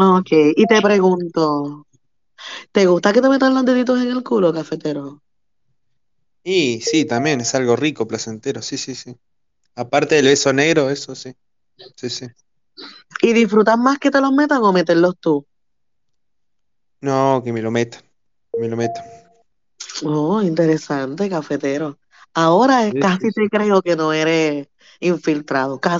Ok, y te pregunto, ¿te gusta que te metan los deditos en el culo, cafetero? Y sí, también es algo rico, placentero, sí, sí, sí. Aparte del beso negro, eso sí, sí, sí. ¿Y disfrutas más que te los metan o meterlos tú? No, que me lo metan, que me lo metan. Oh, interesante, cafetero. Ahora Sí, sí, casi sí. te creo que no eres infiltrado, casi.